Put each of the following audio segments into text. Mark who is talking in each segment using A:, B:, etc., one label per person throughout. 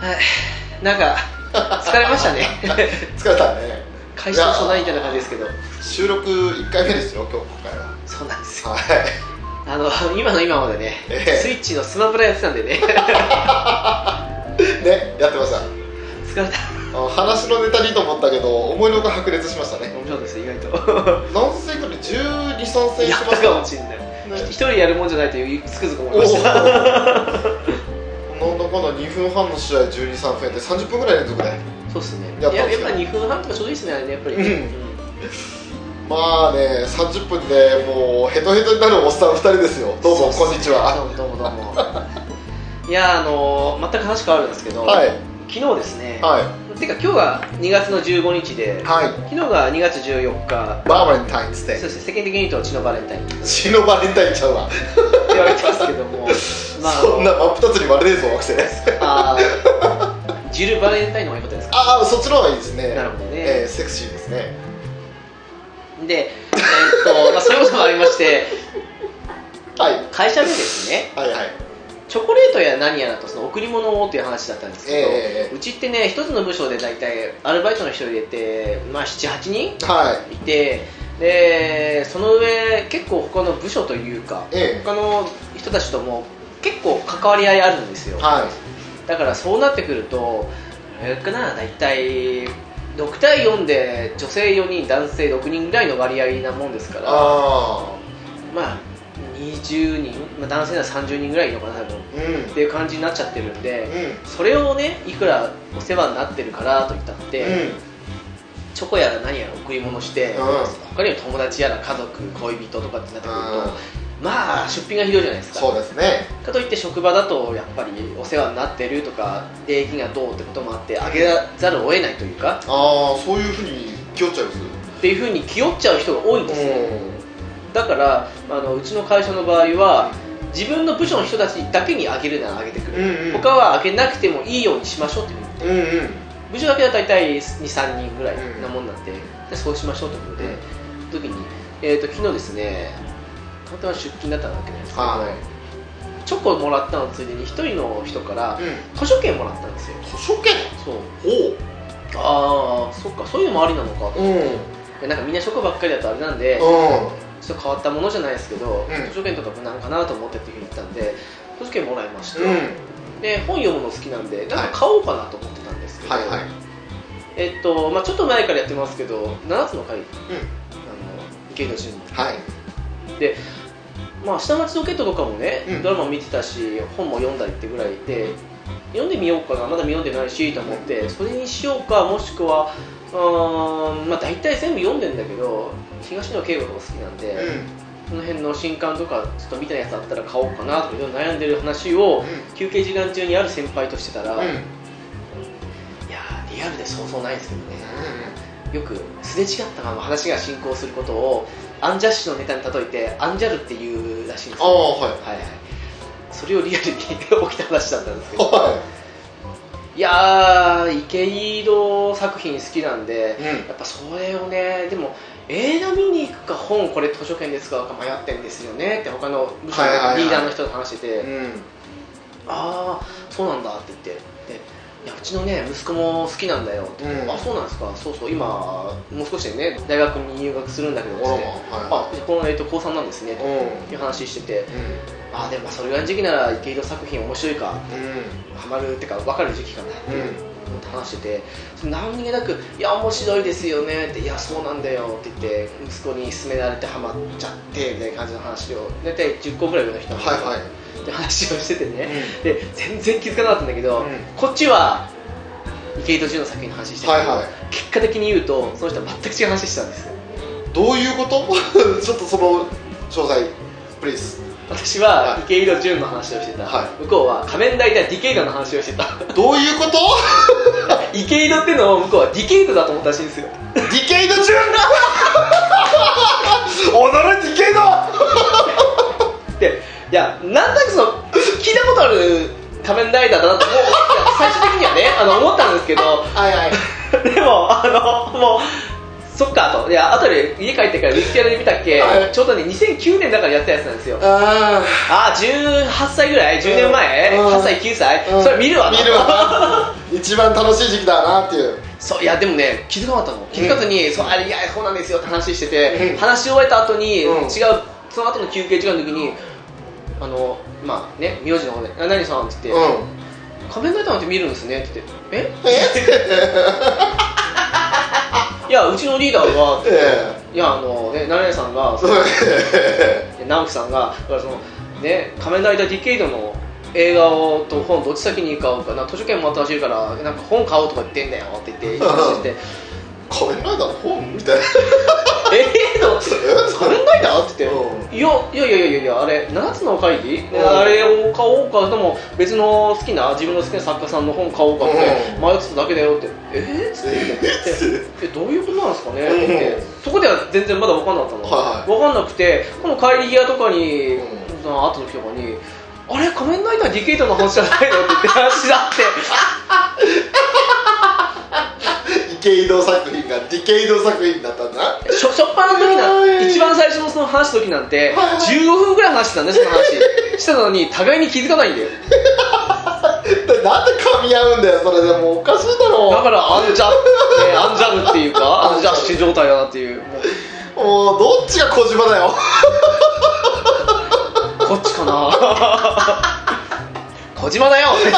A: はいなん か疲れましたね
B: 疲れたね
A: 開始と備えみたいな感じですけど
B: 収録1回目ですよ今日今回は
A: そうなんですよ
B: はい
A: あの今の今までね、
B: ええ
A: スイッチのスマブラやってたん でね
B: ねやってました
A: 疲れた
B: あの話のネタにと思ったけど思いのほか白熱しましたね
A: 面白かったです意外と
B: 何戦かで1 2 3戦
A: やっ
B: しま
A: た
B: し
A: か
B: た
A: もしれない
B: ね
A: 一人やるもんじゃないというつくづく思い
B: お
A: ま
B: お
A: した
B: なんだかんだ2分半の試合1 2 3分やって30分ぐらい連続で
A: そうですね
B: や
A: や
B: っ
A: っ
B: ぱ
A: やっぱ2分半とかちょうどいいですねあれねやっぱり、
B: うん
A: うん
B: まあね30分でもうヘトヘトになるおっさん2人ですよどうもこんにちは
A: どうもどうもどうもいやあのー全く話変わるんですけど、
B: はい
A: 昨日ですね、
B: はい
A: てか今日が2月の15日で、
B: はい
A: 昨日が2月14日
B: バーバレンタインズデ
A: そして世間的に言うと血のバレンタインって
B: ー死のバレンタインちゃうわ、
A: 言われてますけどもまあ
B: そんな真っ二つに割れねえぞ惑星
A: あージルバレンタインの方が良かったですか
B: ああそっちの方がいいですね
A: なるほどね
B: えーセクシーですね
A: でえーっと、まあ、そういうこともありまして
B: はい
A: 会社でですね
B: はいはい
A: チョコレートや何やらとその贈り物をという話だったんですけど、
B: ええ
A: うちってね一つの部署で大体アルバイトの人入れて、まあ、78人
B: はい
A: いてでその上結構他の部署というか
B: え
A: 他の人たちとも結構関わり合いあるんですよ
B: えはい
A: だからそうなってくるとあれかな大体6対4で女性4人男性6人ぐらいの割合なもんですから
B: ああ
A: まあ20人、まあ、男性なら30人ぐらいいるのかな多分
B: うん
A: っていう感じになっちゃってるんで、
B: うん
A: それをねいくらお世話になってるからと言ったって、チョコやら何やら贈り物して、
B: うん
A: 他にも友達やら家族恋人とかってなってくる
B: うん
A: とまあ出費がひどいじゃないですか
B: そうですね
A: かといって職場だとやっぱりお世話になってるとか礼儀がどうってこともあってあげざるを得ないというか
B: ああそういうふうに気負っちゃいます
A: っていうふうに気負っちゃう人が多いんですよ、
B: う
A: だからあのうちの会社の場合は自分の部署の人たちだけにあげるならあげてくれる、
B: うんうん
A: 他はあげなくてもいいようにしましょうっていうん
B: うんうん
A: 部署だけだと大体23人ぐらいなもんなんで,、でそうしましょうということで、時に、えー、と昨日ですねたまたま出勤だったわけなんですけど、
B: は
A: チョコをもらったのついでに一人の人から
B: いうん
A: 図書券もらったんですよ
B: 図書券
A: そう
B: お
A: ああそっかそういうのもありなのかと、
B: うん
A: でなんかみんなチョコばっかりだとあれなんで、
B: うん
A: ちょっと変わったものじゃないですけど、
B: うん
A: 図書券とか無難かなと思ってっていうふうに言ったんで図書券もらいました、
B: うん
A: で本読むの好きなんでなんか買おうかなと思ってたんですけど、
B: はいはい
A: えっとまあ、ちょっと前からやってますけど7つの会
B: う
A: あ
B: ん
A: の池井戸潤
B: はい
A: で、まあ、下町ロケットとかもね、
B: うん
A: ドラマ見てたし本も読んだりってぐらいで読んでみようかなまだ読んでないしと思ってそれにしようかもしくはうーん、まあ、大体全部読んでんだけど東野圭吾とか好きなんで、
B: うん
A: その辺の新刊とかちょっと見たやつあったら買おうかなとかいろいろ悩んでる話を休憩時間中にある先輩としてたら、
B: うんう
A: い
B: ん
A: やーリアルでそうそうないですけどねよくすれ違ったまま話が進行することをアンジャッシュのネタに例えてアンジャルっていうらしいんです
B: ああ
A: よ
B: は
A: はいはいそれをリアルに 起きた話だったんですけ
B: い
A: ど
B: はい
A: やー池井戸作品好きなんで
B: いうん
A: やっぱそれをねでも映画見に行くか本これ図書券で使うか迷ってんですよねって他の部署の
B: はいはいはい
A: リーダーの人と話してて、
B: うん
A: ああそうなんだって言ってでいやうちのね息子も好きなんだよって、
B: うん
A: あそうなんですかそうそう今もう少しでね大学に入学するんだけど
B: あ
A: っ
B: ら
A: て
B: ま
A: あ
B: は
A: でこの、えっと、高3なんですね
B: い
A: っ
B: はい
A: ていう話してて
B: う
A: ああでもまあそれぐらいの時期なら池井戸作品面白いか
B: んうん
A: ハマるってか分かる時期かなって
B: うん
A: 話しててそれ何気なく「いや面白いですよね」って「いやそうなんだよ」って言って息子に勧められてハマっちゃってみたいな感じの話を大体10個ぐらい上の人なんです
B: は
A: よ
B: いはい
A: って話をしててね、
B: う
A: で全然気づかなかったんだけど、
B: うん
A: こっちは池井戸潤の作品の話してて、
B: はいはい
A: 結果的に言うとその人は全く違う話してたんですよ
B: どういうことちょっと その詳細プリーズ
A: 私
B: は
A: はい池井戸潤の話をしてた、
B: は
A: 向こうは仮面ライダーディケイドの話をしてた
B: どういうこと
A: 池井戸ってのを向こうはディケイドだと思ったらしいんですよ
B: ディケイド 中踊るディケイド
A: でいやなんとなくその聞いたことある仮面ライダーだなと思ういや最終的にはねあの思ったんですけど
B: はいはい
A: でもあのもうそっかとので後で家帰ってからウィキペディアで見たっけ、
B: はい
A: ちょうどね2009年だからやったやつなんですよ
B: あ
A: ああ18歳ぐらい10年前、
B: うん
A: 8歳9歳、
B: うん
A: それ見るわ
B: 見るわ 一番楽しい時期だなっていう
A: そういやでもね気づかなかったの気づかずに、そうあれいやそうなんですよって話してて、
B: うん
A: 話し終えた後に、違
B: うん
A: うその後の休憩時間の時にあのまあね名字の方で「あ何さん?」って言って、
B: う
A: 仮面ライダーなんて見るんですね」って言って「え
B: んえ
A: いやうちのリーダーが」
B: え
A: いやあのね七重さんが
B: そうえ
A: で直樹さんがだからその、ね「仮面ライダーディケイド」の映画をと本どっち先に買おうかな図書券もあったらしいからなんか本買おうとか言ってんだよって言って言ってて
B: 仮面ライダーの本みたいな
A: 「 えっ!」と思って「仮面ライダー?」って言って。
B: う
A: いやいやいやいやいやあれ7つの会議、ね
B: うん
A: あれを買おうかでも別の好きな自分の好きな作家さんの本買おうかって
B: うん
A: 迷ってただけだよってえーっつって えどういうことなんですかねって言って
B: うん
A: そこでは全然まだ分かんなかったの、
B: はい
A: 分かんなくてこの帰り際とかに、
B: うん
A: あった時とかに「あれ仮面ライダーディケイターの話じゃないの?」って言って話だって
B: ディケイド作品がディケイド作品だったんだ
A: しょ初っ端の時
B: は
A: ない一番最初のその話の時なんて
B: はいはい
A: 15分ぐらい話してたんでその 話してたのに互いに気づかないんだよ
B: でなんで噛み合うんだよそれでもうおかしいだ
A: だ
B: ろ
A: からアンジャ,、ね、アンジャブって いうかアンジャッシュ状態だなって いうもう
B: もうどっちが小島だ よ
A: こっちか な小島 だよい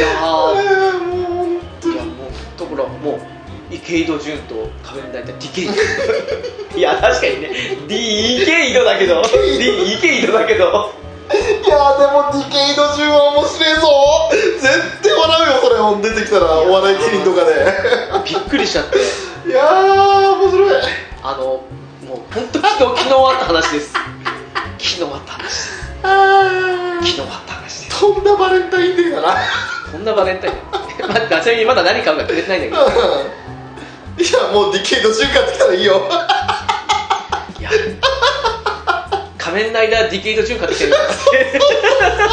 A: やー
B: もう
A: いやもうところもう池井戸潤と仮面ライダーディケイド いや確かにね D 池井戸だけど D 池井戸だけど
B: いやーでもディケイド中は面白いぞ絶対笑うよそれも出てきたらお笑い芸人とかで
A: びっくりしちゃって
B: いやー面白い
A: あのもう本当昨日昨日あった話です昨日あった話です
B: あ
A: 昨日あった話です
B: とんだバレンタインデーだな
A: こんなバレンタイン待ってちなみにまだ何買うか決めてないんだけど
B: いやもうディケイド中買ってきたらいいよ
A: いや仮面ライダーディケイド潤買ってきてるから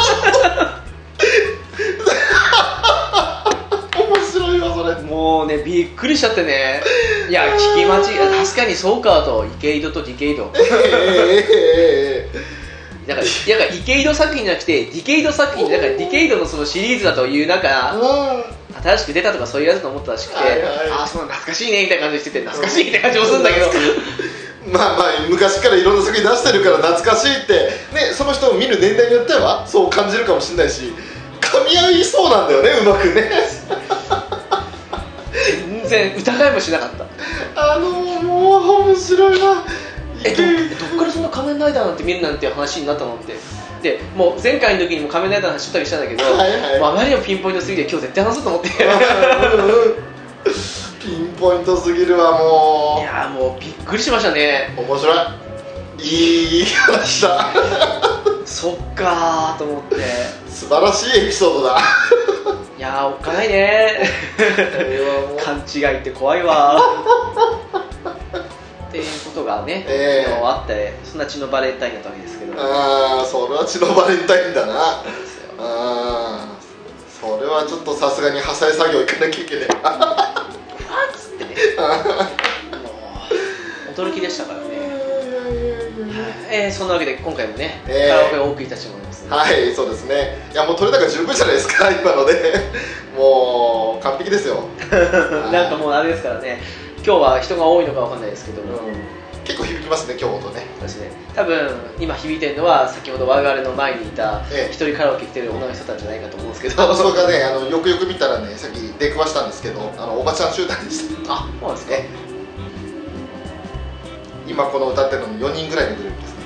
B: 面白いわそれ
A: もうねびっくりしちゃってねいや聞き間違い確かにそうかと池井戸とディケイド
B: ええええええ
A: なんか、なんか、ディケイド作品じゃなくて、ディケイド作品で、なんか、ディケイドのそのシリーズだという、なんか、
B: う
A: 新しく出たとかそういうやつと思ったらしくて、
B: はいはい
A: ああ、そうなんだ懐かしいね、みたいな感じでしてて、懐かしいって感じもするんだけど、
B: んまあまあ昔からいろんな作品出してるから懐かしいってねその人を見る年代によってはそう感じるかもしれないし噛み合いそうなんだよねうまくね
A: 全然疑いもしなかった。
B: あのもう面白いな
A: え
B: い
A: ど
B: け
A: どっからそんな仮面ライダーなんて見るなんて話になったのってでもう前回の時にも仮面ライダーの話しとったりしたんだけど、
B: はいはい
A: もうあまりにもピンポイントすぎて今日絶対話そうと思ってい
B: ピンポイントすぎるわもう
A: やーもうびっくりしましたね
B: 面白いいい話だ
A: そっかーと思って
B: 素晴らしいエピソードだ
A: いやーおっかないね
B: これはもう
A: 勘違いって怖いわっていうことがね、
B: ええ
A: 昨日あってそんな血のバレンタインだったわけですけど
B: ああそれは血のバレンタインだな
A: ですよ
B: あーそれはちょっとさすがに破砕作業行かなきゃいけないあ
A: あっつってねもう驚きでしたからね、えーそんなわけで今回もね、
B: ええ
A: カラオケをお送りいたしてもらいます、
B: はいそうですねいやもう取れ高十分じゃないですか今のでもう完璧ですよ、は い
A: なんかもうあれですからね今日は人が多いのかわかんないですけども、
B: 結構響きますね今日音ね
A: 私ね多分今響いてるのは先ほど我々の前にいた
B: ええ
A: 一人カラオケ来てる女の人たちじゃないかと思うんですけど
B: あのそれがねあのよくよく見たらねさっき出くわしたんですけどあのおばちゃん集団でした
A: あそうなんです
B: え
A: ね
B: 今この歌ってるのも4人ぐらいのグループですね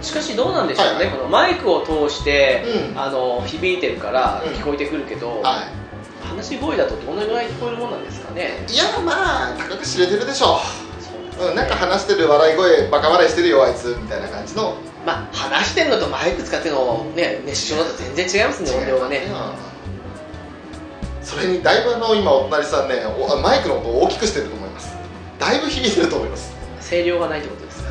A: しかしどうなんでしょうね、
B: はいはい
A: このマイクを通して、
B: うん
A: あの響いてるから
B: うん
A: 聞こえてくるけど、
B: は
A: 話し声だとどのぐらい聞こえるもんなんですかね
B: いいやまあ高く知れてるでしょ
A: そう
B: う、うん、なんか話してる笑い声バカ笑いしてるよあいつみたいな感じの
A: まあ話してるのとマイク使っての、ね、熱唱だと全然違いますね音量がね
B: うんそれにだいぶあの今お隣さんねおあマイクの音を大きくしてると思いますだいぶ響いてると思います
A: 声量がないってことです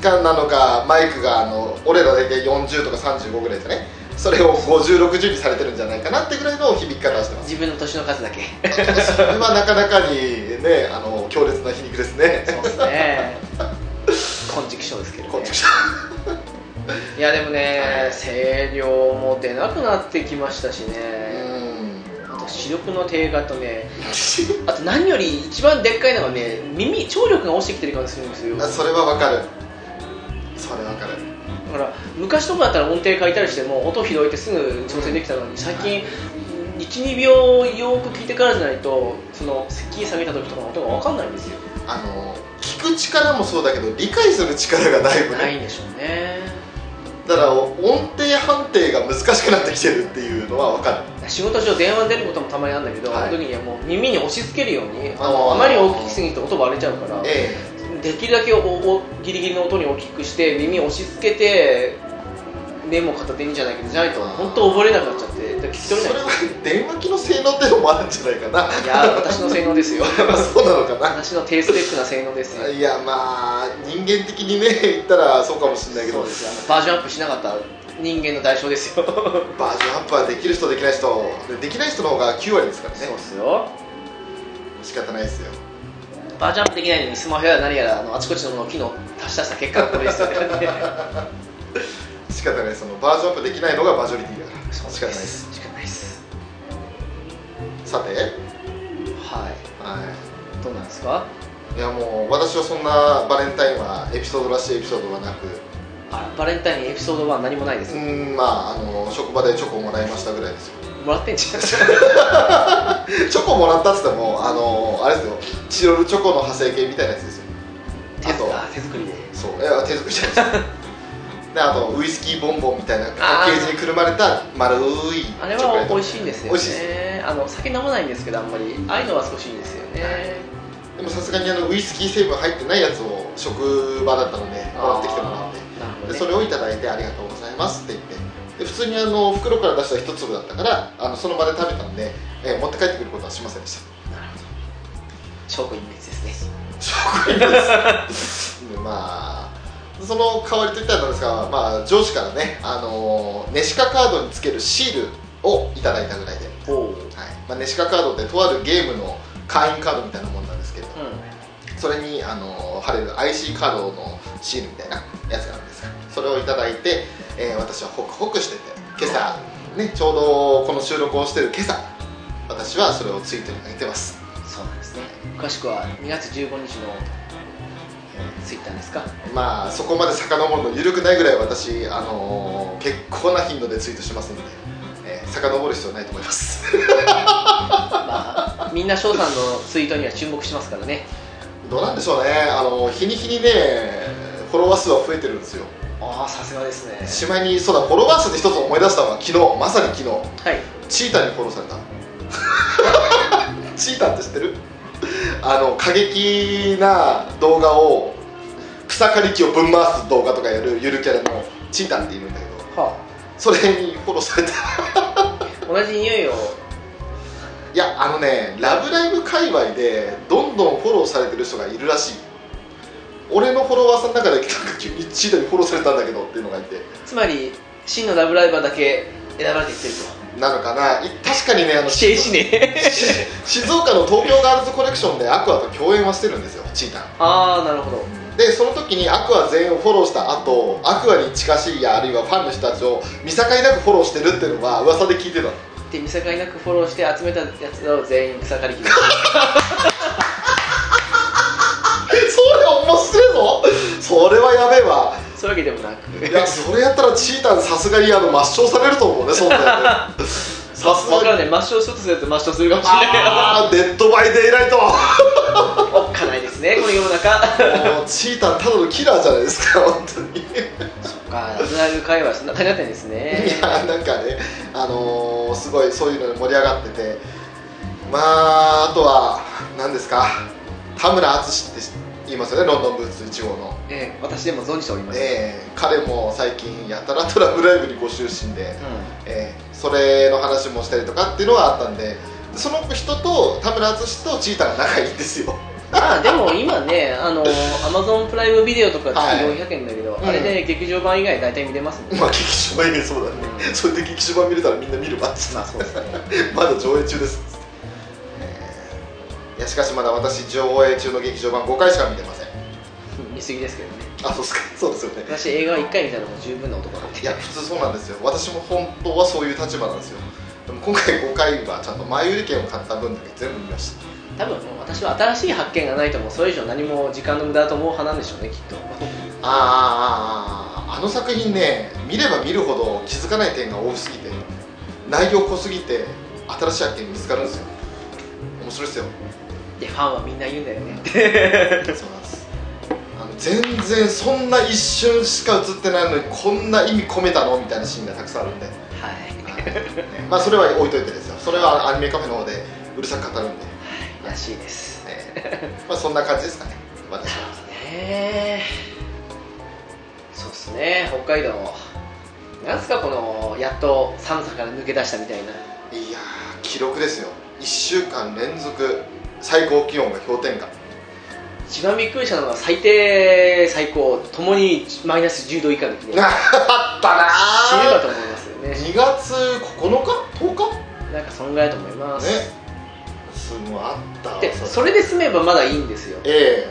A: か
B: かなのかマイクがあの俺ら大体40とか35ぐらいでねそれを5060にされてるんじゃないかなってぐらいの響き方をしてます
A: 自分の年の数だ け
B: それはなかなかにねあの強烈な皮肉ですね
A: そうですね金色賞ですけど、
B: こ
A: ね
B: っ、ち来
A: いやでも
B: は
A: ね
B: い
A: 声量も出なくなってきましたしたね
B: うん
A: あと視力の低下とねあと何より一番でっかいのがね耳聴力が落ちてきてる感じするんですよ
B: あそれはわかるそれわかる
A: ほら昔とかだったら音程変えたりしても音拾えてすぐ調整できたのに最近12秒よく聞いてからじゃないとその咳下げた時とかの音が分かんないんですよ
B: あの聞く力もそうだけど理解する力がだいぶ
A: ない
B: ね
A: んでしょうね
B: だから音程判定が難しくなってきてるっていうのはわかる
A: 仕事上電話出ることもたまにあるんだけど、
B: はい
A: その時にはもう耳に押し付けるようにあ
B: あー
A: のあまり大きすぎると音割れちゃうから
B: え
A: できるだけおおギリギリの音に大きくして耳を押し付けてメモ片手にじゃないけどじゃないと本当覚えれなくなっちゃって聞
B: え
A: き
B: そ
A: 取れ
B: れ
A: ない
B: は電話機の性能ってのもあるんじゃないかない
A: やー私の性能 ですよ
B: そうなのか
A: 私の低スペックな性能ですよ
B: ないやまあ人間的にね言ったらそうかもしれないけ
A: そ
B: ど
A: うですよあのバージョンアップしなかった人間の代償 ですよそ
B: バージョンアップはできる人できない人でできない人の方が9割ですからね
A: うですよ
B: 仕方ないですよ
A: バージョンアップできないのにスマホやら何やらあのあちこちのものを機能足し足した結果これですよね
B: 仕方ないそのバージョンアップできないのがマジョリティだから 仕
A: そう
B: 方ないです
A: 仕方ないです
B: さて
A: はい
B: はい
A: どうなんですか
B: いやもう私はそんなバレンタインはエピソードらしいエピソードはなくう
A: あバレンタインエピソードは何もないです、
B: ーんまああの職場でチョコをもらいましたぐらいですよ
A: もらってんじゃん
B: チョコもらったっつってもあのあれですよチロルチョコの派生系みたいなやつですよ
A: 手作
B: あと
A: あ手作りで
B: そういや手作りじゃない ですであとウイスキーボンボンみたいなパッケージにくるまれた丸い
A: あれ
B: チョコレ
A: は
B: ート
A: 美味しいんですよ
B: 美味しいです
A: ねあの酒飲まないんですけどあんまりああいうのは少しいいんですよね、
B: でもさすがにあのウイスキー成分入ってないやつを職場だったのでもらってきてもらって
A: なるほど、
B: で
A: ね、
B: それをいただいてありがとうございますって言ってで普通にあの袋から出した一粒だったからあのその場で食べたんで、えー持って帰ってくることはしません でした
A: なるほど証拠隠滅ですね
B: 食品ですでまあその代わりといったらなんですが、まあ、上司からね、あのーネシカカードにつけるシールをいただいたぐらいで、はい
A: おおうん
B: まあ、ネシカカードってとあるゲームの会員カードみたいなもんなんですけどそれに、あのー貼れる IC カードのシールみたいなやつがあるんですがそれをいただいて、えー私はホクホクしてて今朝、ね、ちょうどこの収録をしてる今朝私はそれをツイートに上げてます
A: そうなんですね詳しくは2月15日のツイッターですか
B: まあそこまで遡るの緩くないぐらい私、あのー結構な頻度でツイートしてますので、えー、遡る必要ないと思います
A: まあみんな翔さんのツイートには注目しますからね
B: どうなんでしょうね、あのー日に日にねフォロワー数は増えてるんですよ
A: ああさすがですね
B: しまいにそうだフォロワー数で一つ思い出したのは昨日まさに昨日
A: はい
B: チーターにフォローされた チーターって知ってるあの過激な動画を草刈り機をぶん回す動画とかやるゆるキャラのチーターっているんだけど
A: は
B: それにフォローされた
A: あ同じ匂いを
B: いやあのね「ラブライブ!」界隈でどんどんフォローされてる人がいるらしい俺のフォロワーさんの中でなんか急にチーターにフォローされたんだけどっていうのがいて
A: つまり真のラブライバーだけ選ばれていってる
B: なのかない確かにねあの
A: と否定しね
B: 静岡の東京ガールズコレクションでアクアと共演はしてるんですよチーター
A: ああなるほど
B: でその時にアクア全員をフォローした後アクアに近しいやあるいはファンの人たちを見境なくフォローしてるっていうのは噂で聞いてたの
A: で見境なくフォローして集めたやつらを全員草刈り 機で
B: それ面白いぞそれはやべえわ
A: そういうわけでもなく
B: いやそれやったらチーターさすがにあの抹消されると思うねそんなやつさす
A: 僕ら
B: がに
A: ね抹消するとすると抹消するかもしれない
B: あーデッドバイデイライト
A: おっかないですねこの世の中
B: もうチーターただのキラーじゃないですか本当にい
A: ラブライブ会話そんな感じだったんですね
B: やなんかねあのー、すごいそういうので盛り上がっててまああとは何ですか田村淳って言いますよねロンドンブーツ1号の、
A: ええ私でも存じております、
B: えー彼も最近やたらとラブライブにご就寝で
A: うん
B: えーそれの話もしたりとかっていうのはあったんでその人と田村淳とチーターが仲いいんですよ
A: まあでも今ねあの Amazon プライムビデオとか
B: はい
A: 月400円だけど、
B: うん
A: あれで劇場版以外大体見れますもん ね、
B: まあ劇場版以外そうだね、それで劇場版見れたらみんな見るわっつって
A: まあそうですね
B: まだ上映中ですっつってえーいやしかしまだ私上映中の劇場版5回しか見てません
A: 見過ぎですけどね
B: あそうっすか そうですよね
A: 私映画1回見たらもう十分な男なんで
B: いや普通そうなんですよ私も本当はそういう立場なんですよでも今回5回はちゃんと前売り券を買った分だけ全部見ました
A: 多分もう私は新しい発見がないともうそれ以上何も時間の無駄だと思う派なんでしょうねきっと
B: あーあーあーあーあの作品ね見れば見るほど気づかない点が多すぎて内容濃すぎて新しい発見見つかるんですよ面白いですよ
A: でファンはみんな言うんだよね
B: そうなんですあの全然そんな一瞬しか映ってないのにこんな意味込めたのみたいなシーンがたくさんあるんで、はい
A: はい
B: まあそれは置いといてですよそれはアニメカフェの方でうるさく語るんで、
A: らしいです
B: えーまあそんな感じですかね私は
A: ねえそうっすね北海道なんすかこのやっと寒さから抜け出したみたいない
B: やー記録ですよ1週間連続最高気温が氷点下
A: 一番びっくりしたのは最低最高ともにマイナス10度以下の日で死ぬ
B: なあったな
A: かと
B: ー
A: 思いますよね
B: 2月9日10日
A: なんかそんぐらいだと思います、
B: ねすごいあったわ
A: でそれで済めばまだいいんですよ
B: え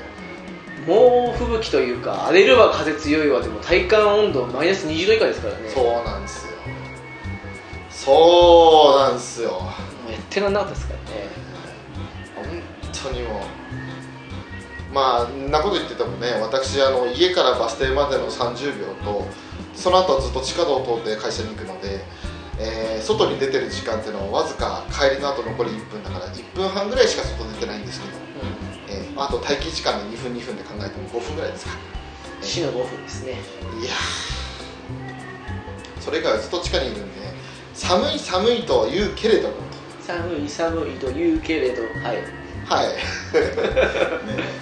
A: 猛吹雪というか荒れるわ風強いわでも体感温度マイナス20度以下ですから
B: え
A: ね
B: そうなんですよそうなんですよ本
A: もうやってらんなかったですからね
B: 当にもうまあんなこと言っててもね私あの家からバス停までの30秒とその後はずっと地下道を通って会社に行くので、えー外に出てる時間っていうのはわずか帰りの後残り1分だから1分半ぐらいしか外出てないんですけどえーあと待機時間で2分2分で考えても5分ぐらいですか
A: うん死の5分ですね
B: いやーそれ以外はずっと地下にいるんで寒い寒いとは言うけれども
A: 寒い寒いと言うけれどはい
B: とはいね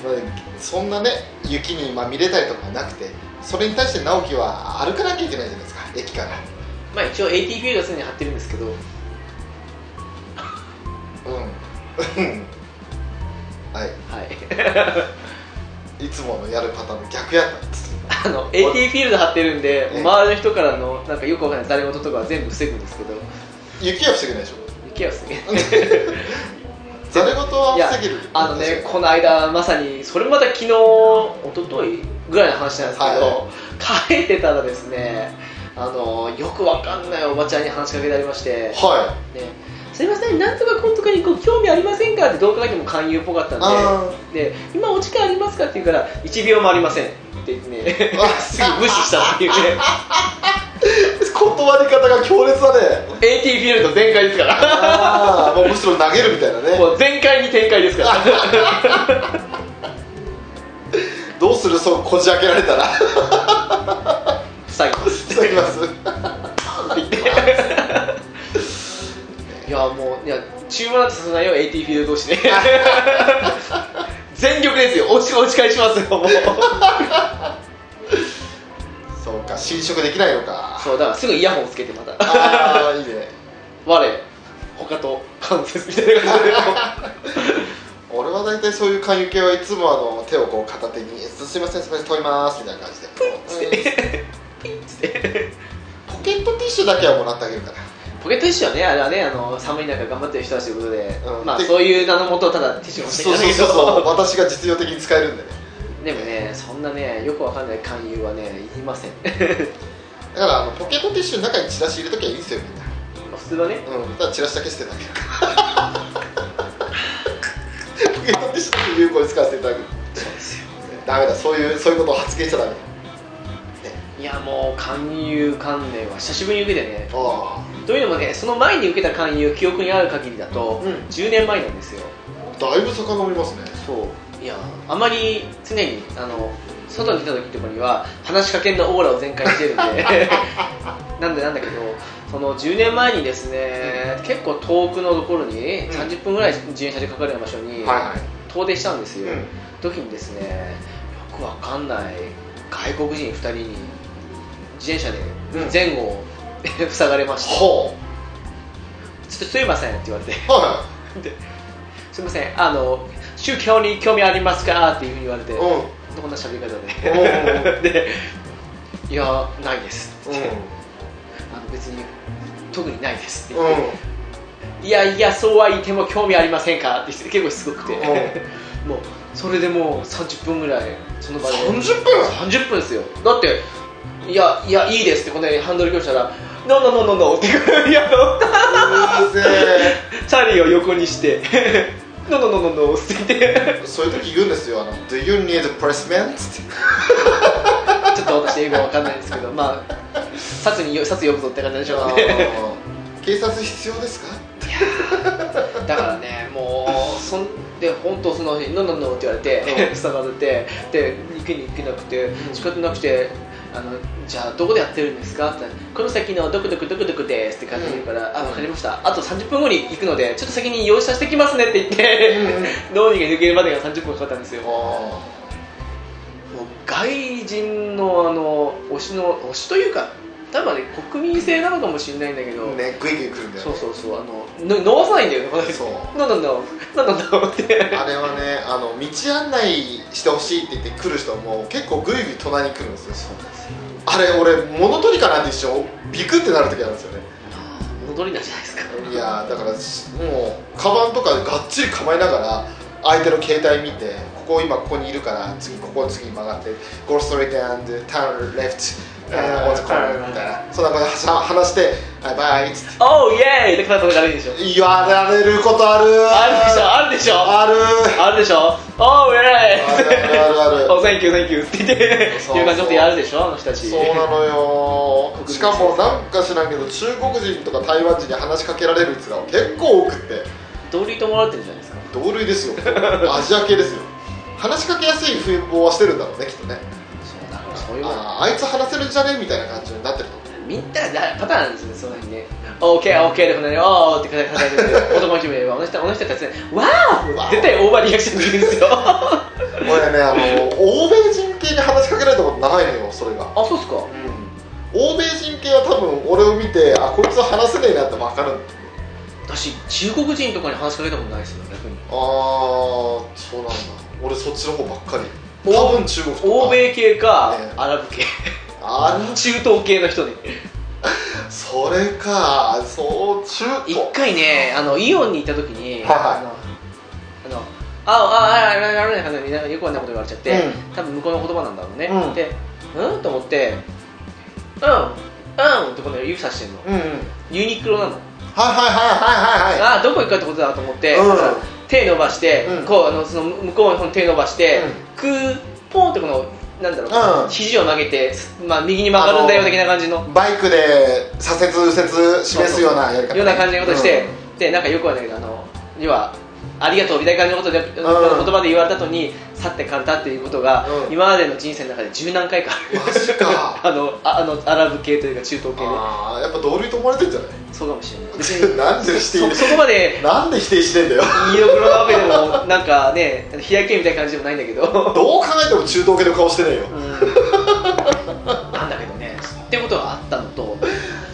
B: まあそんなね雪にまみれたりとかなくてそれに対して直樹は歩かなきゃいけないじゃないですか駅から
A: まあ一応 ATP が常に張ってるんですけど
B: うんうんは
A: はい
B: いいつものやるパターンの逆やったんです
A: あの AT フィールド張ってるんで
B: ええ
A: 周りの人からのなんかよくわかんない誰事とかは全部防ぐんですけど
B: 雪は防げないでしょ
A: 雪は防げない
B: ざれ事はい
A: や
B: 防げる
A: あのね
B: 確かに
A: この間まさにそれまた昨日一昨日ぐらいの話なんですけど、
B: は
A: 帰ってたらですねあのよくわかんないおばちゃんに話しかけられまして、ね
B: は
A: すいませんなんとかこんとかにご興味ありませんかって動画だけも勧誘っぽかった
B: い
A: んで
B: あー
A: で今お時間ありますかって言うから1秒もありませんって言って ね
B: あ
A: すぐ無視した っていうね
B: 断り方が強烈だね
A: AT フィールド全開ですから
B: ああもうむしろ投げるみたいなね
A: もう全開に展開ですから
B: どうするそうこじ開けられたら
A: 最後です
B: いただきます
A: いやもういや中盤なんてさせないよ AT フィールド同士 で全力ですよ落ち落ち返しますよもう
B: そうか侵食できないのか
A: そうだからすぐイヤホンつけてまた
B: ああいいね
A: 我他と関節みたいな感じでこ
B: 俺は大体そういう勧誘系はいつもあの手をこう片手に「すいませんすいません取ります」みたいな感じでうんポケットティッシュだけはもらってあげるか
A: う
B: ら
A: ポケットティッシュはねあれはねあの寒い中頑張ってる人たちということで、
B: うん
A: まあ
B: で
A: そういう名のもとただティッシュもしてき
B: そう
A: たんだ
B: そう
A: け
B: そ
A: ど
B: うそう私が実用的に使えるんでね
A: でもねそんなねよくわかんない勧誘はねいりま せん
B: だからあのポケットティッシュの中にチラシ入れときゃいいんですよみんな
A: 普通はね
B: うん、ただチラシだけ捨ててあげるから。ポケットティッシュって有効に使わせていただく。
A: そうですよ
B: ダメだ、そういうそういうことを発言しちゃダメ。
A: いやもう勧誘関連は久しぶりに受けてね
B: あ
A: というのもねその前に受けた勧誘記憶にある限りだと、
B: うん
A: 10年前なんですよ
B: あ、だいぶ遡りますね。
A: そういやあまり常にあの外に出た時とかには話しかけんのオーラを全開してるん でなんでなんだけどその10年前にですね、結構遠くのところに30分ぐらい自転車でかかるような場所に
B: い。
A: 遠出したんですよ、
B: うん
A: 時にですねよくわかんない外国人2人に自転車で前後を 塞がれまして、
B: ほ
A: ちょっとすいませんって言われて
B: う。は
A: すいませんあの宗教に興味ありますかっていうふうに言われて、
B: うん
A: どんな喋り
B: お
A: 方で で「いやないです」って言って、あの別に特にないです」って言
B: う
A: って
B: ん
A: いやいや、そうは言っても興味ありませんかって人結構しつこくて、もうそれでもう30分ぐらい、その場で、
B: 30分
A: 30分ですよ、だって、いや、いや、いいですって、こんなにハンドル切したら、ノーノーノーノーノーって、 いやあの
B: うぜ
A: チャーリーを横にして、 ノーノーノーノーノーって言って、
B: えそういう時言うんですよあの「Do you need a pressman?」つって
A: ちょっと私、英語わかんないですけど、まあ、殺によ殺よくぞって感じでしょうね。
B: 警察必要ですか
A: だからねもうそんで本当その日「のんのんのん」って言われて、
B: うん
A: 塞がれてで行けに行けなくて仕方なくてあのじゃあどこでやってるんですかってこの先のどくどくどくどくですって感じで言うから、
B: うん
A: あ分かりましたあと30分後に行くのでちょっと先に用意させてきますねって言って、 脳にが抜けるまでが30分かかったんですよもう外人のあの推しの推しというか多分あれ国民性なのかもしれないんだけど、
B: うんねグイグイ来るんだよ
A: そう
B: ね
A: そうそうあのの逃さないんだよねこの人
B: そう
A: なんだなんだなんだなんだって
B: あれはねあの道案内してほしいって言って来る人も結構グイグイ隣に来るんですよあれ俺物取りかなって一瞬ビクってなる時あるんですよね
A: 戻りなんじゃないですか
B: いやーだからしもうカバンとかでがっちり構えながら相手の携帯見てここ今ここにいるから次ここ次曲がって Go straight and turn left and on the corner みたいなそんなこと話話してはいバイっつっ
A: おうイエーイって肩とかあるでしょ
B: て言われることある
A: あるでしょあるでしょ
B: ある
A: あるでしょおうイエ
B: あるあるある
A: ーイおうセンキューセンキューって言って
B: そうそう
A: いう感じのことやるでしょあの人たち
B: そうなのよ
A: 国民
B: しかもなんか知らんけど中国人とか台湾人に話しかけられるやつが結構多くって
A: 同類ともらってるじゃないですか
B: 同類ですよアジア系ですよ話しかけやすい風貌はしてるんだろうねきっとね
A: そうだからそういうもん
B: あーあいつ話せるんじゃねみたいな感じになってると思
A: みんなだパターンなんですよねその辺ねオーケーオーケーでこんなにおーって肩叩いてて男の人もいればあの人あの人たちねわー絶対オーバーリアクションできるんですよあ
B: う俺ねあの欧米人系に話しかけられたことないのよそれが
A: そうっすか
B: 欧米人系は多分俺を見てあこいつは話せねえなって分かる
A: 私中国人とかに話しかけたことないですよ逆に
B: ああそうなんだ俺そっちの方ばっかり
A: 欧
B: 多分中国とか
A: 欧米系か、
B: ね
A: アラブ系
B: あら
A: 中東系の人に
B: それかそう中
A: 一回ねあのイオンに行った時に、
B: はい
A: あのあのああああああああああよくわかんないこと言われちゃって、
B: う
A: 多分向こうの言葉なんだろうね、
B: うん
A: でうんと思ってうんうんってこの指さしてんの
B: うんうんはい
A: ユニクロなの、
B: はいはいはいはいはい
A: ああどこ行くかってことだと思って、
B: うん
A: だから手伸ばして、
B: うん
A: こうあのその向こうの方に手伸ばして、クーポンってこのなんだろう、
B: うん
A: 肘を曲げて、まあ、右に曲がるんだよ的な感じの
B: バイクで左折右折示すようなやり方ね
A: ような感じのことして、でなんかよくはないけどあの要はありがとうみたいな感じのことで、言葉で言われた後に去ってかれたっていうことが、
B: うん
A: 今までの人生の中で十何回かあ
B: うんマジか
A: る あのああのアラブ系というか中東系で
B: あーやっぱ同類と思われてんじゃない
A: そうかもしれない別
B: なんで否定
A: にそそこまで
B: なんで否定してんだよ
A: 色黒なわけでもなんかね日焼けみたいな感じでもないんだけど、
B: どう考えても中東系の顔してねえよ
A: うんなんだけどねってことがあったのと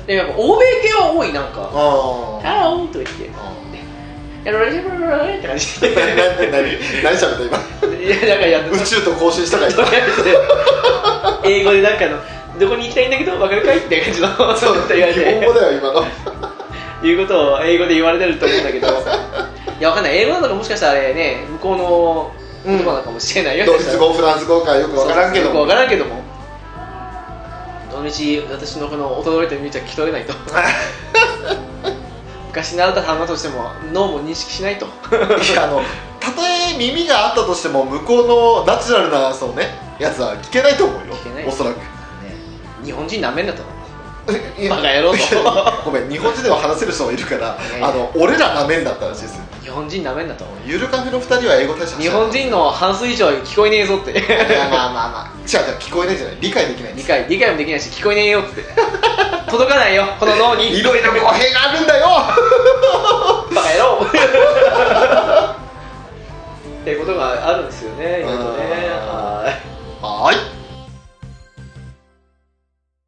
A: でもやっぱ欧米系は多いなんか「
B: あ
A: ハロー」とか言って
B: あ
A: 「やられてるって感じで
B: 何何何何しゃべった
A: いやなんかやっ
B: 今宇宙と交信したから
A: と
B: 今
A: りあえず英語でなんかのどこに行きたいんだけど分かるかいみたいな感じのそう
B: 日
A: 言われ
B: 本語
A: て
B: だよ今の
A: いうことを英語で言われてると思うんだけどいやわかんない英語なのかもしかしたらあれね向こうの言葉なのかもしれないよ、
B: ドイツ語フランス語かよく
A: そう
B: 分からんけど
A: よく分からんけどもどの道私のこの衰えた道は聞き取れない と昔習った単語としても脳も認識しないと
B: いやあのたとえ耳があったとしても向こうのナチュラルなそのねやつは聞けないと思うよ
A: 聞けない
B: おそらく
A: 日本人なめんなと
B: いや
A: バカ野郎と
B: いや ごめん日本人では話せる人もいるから
A: いやいや
B: あの俺らなめんだったらしいですよ
A: 日本人なめんなと
B: ゆるカフェの2人は英語大使
A: 日本人の半数以上は聞こえねえぞって
B: いやまあまあまあ違う違う聞こえないじゃない理解できない
A: 理解理解もできないし聞こえねえよって届かないよこの脳に
B: いろいろ語弊があるんだよ
A: バカ野郎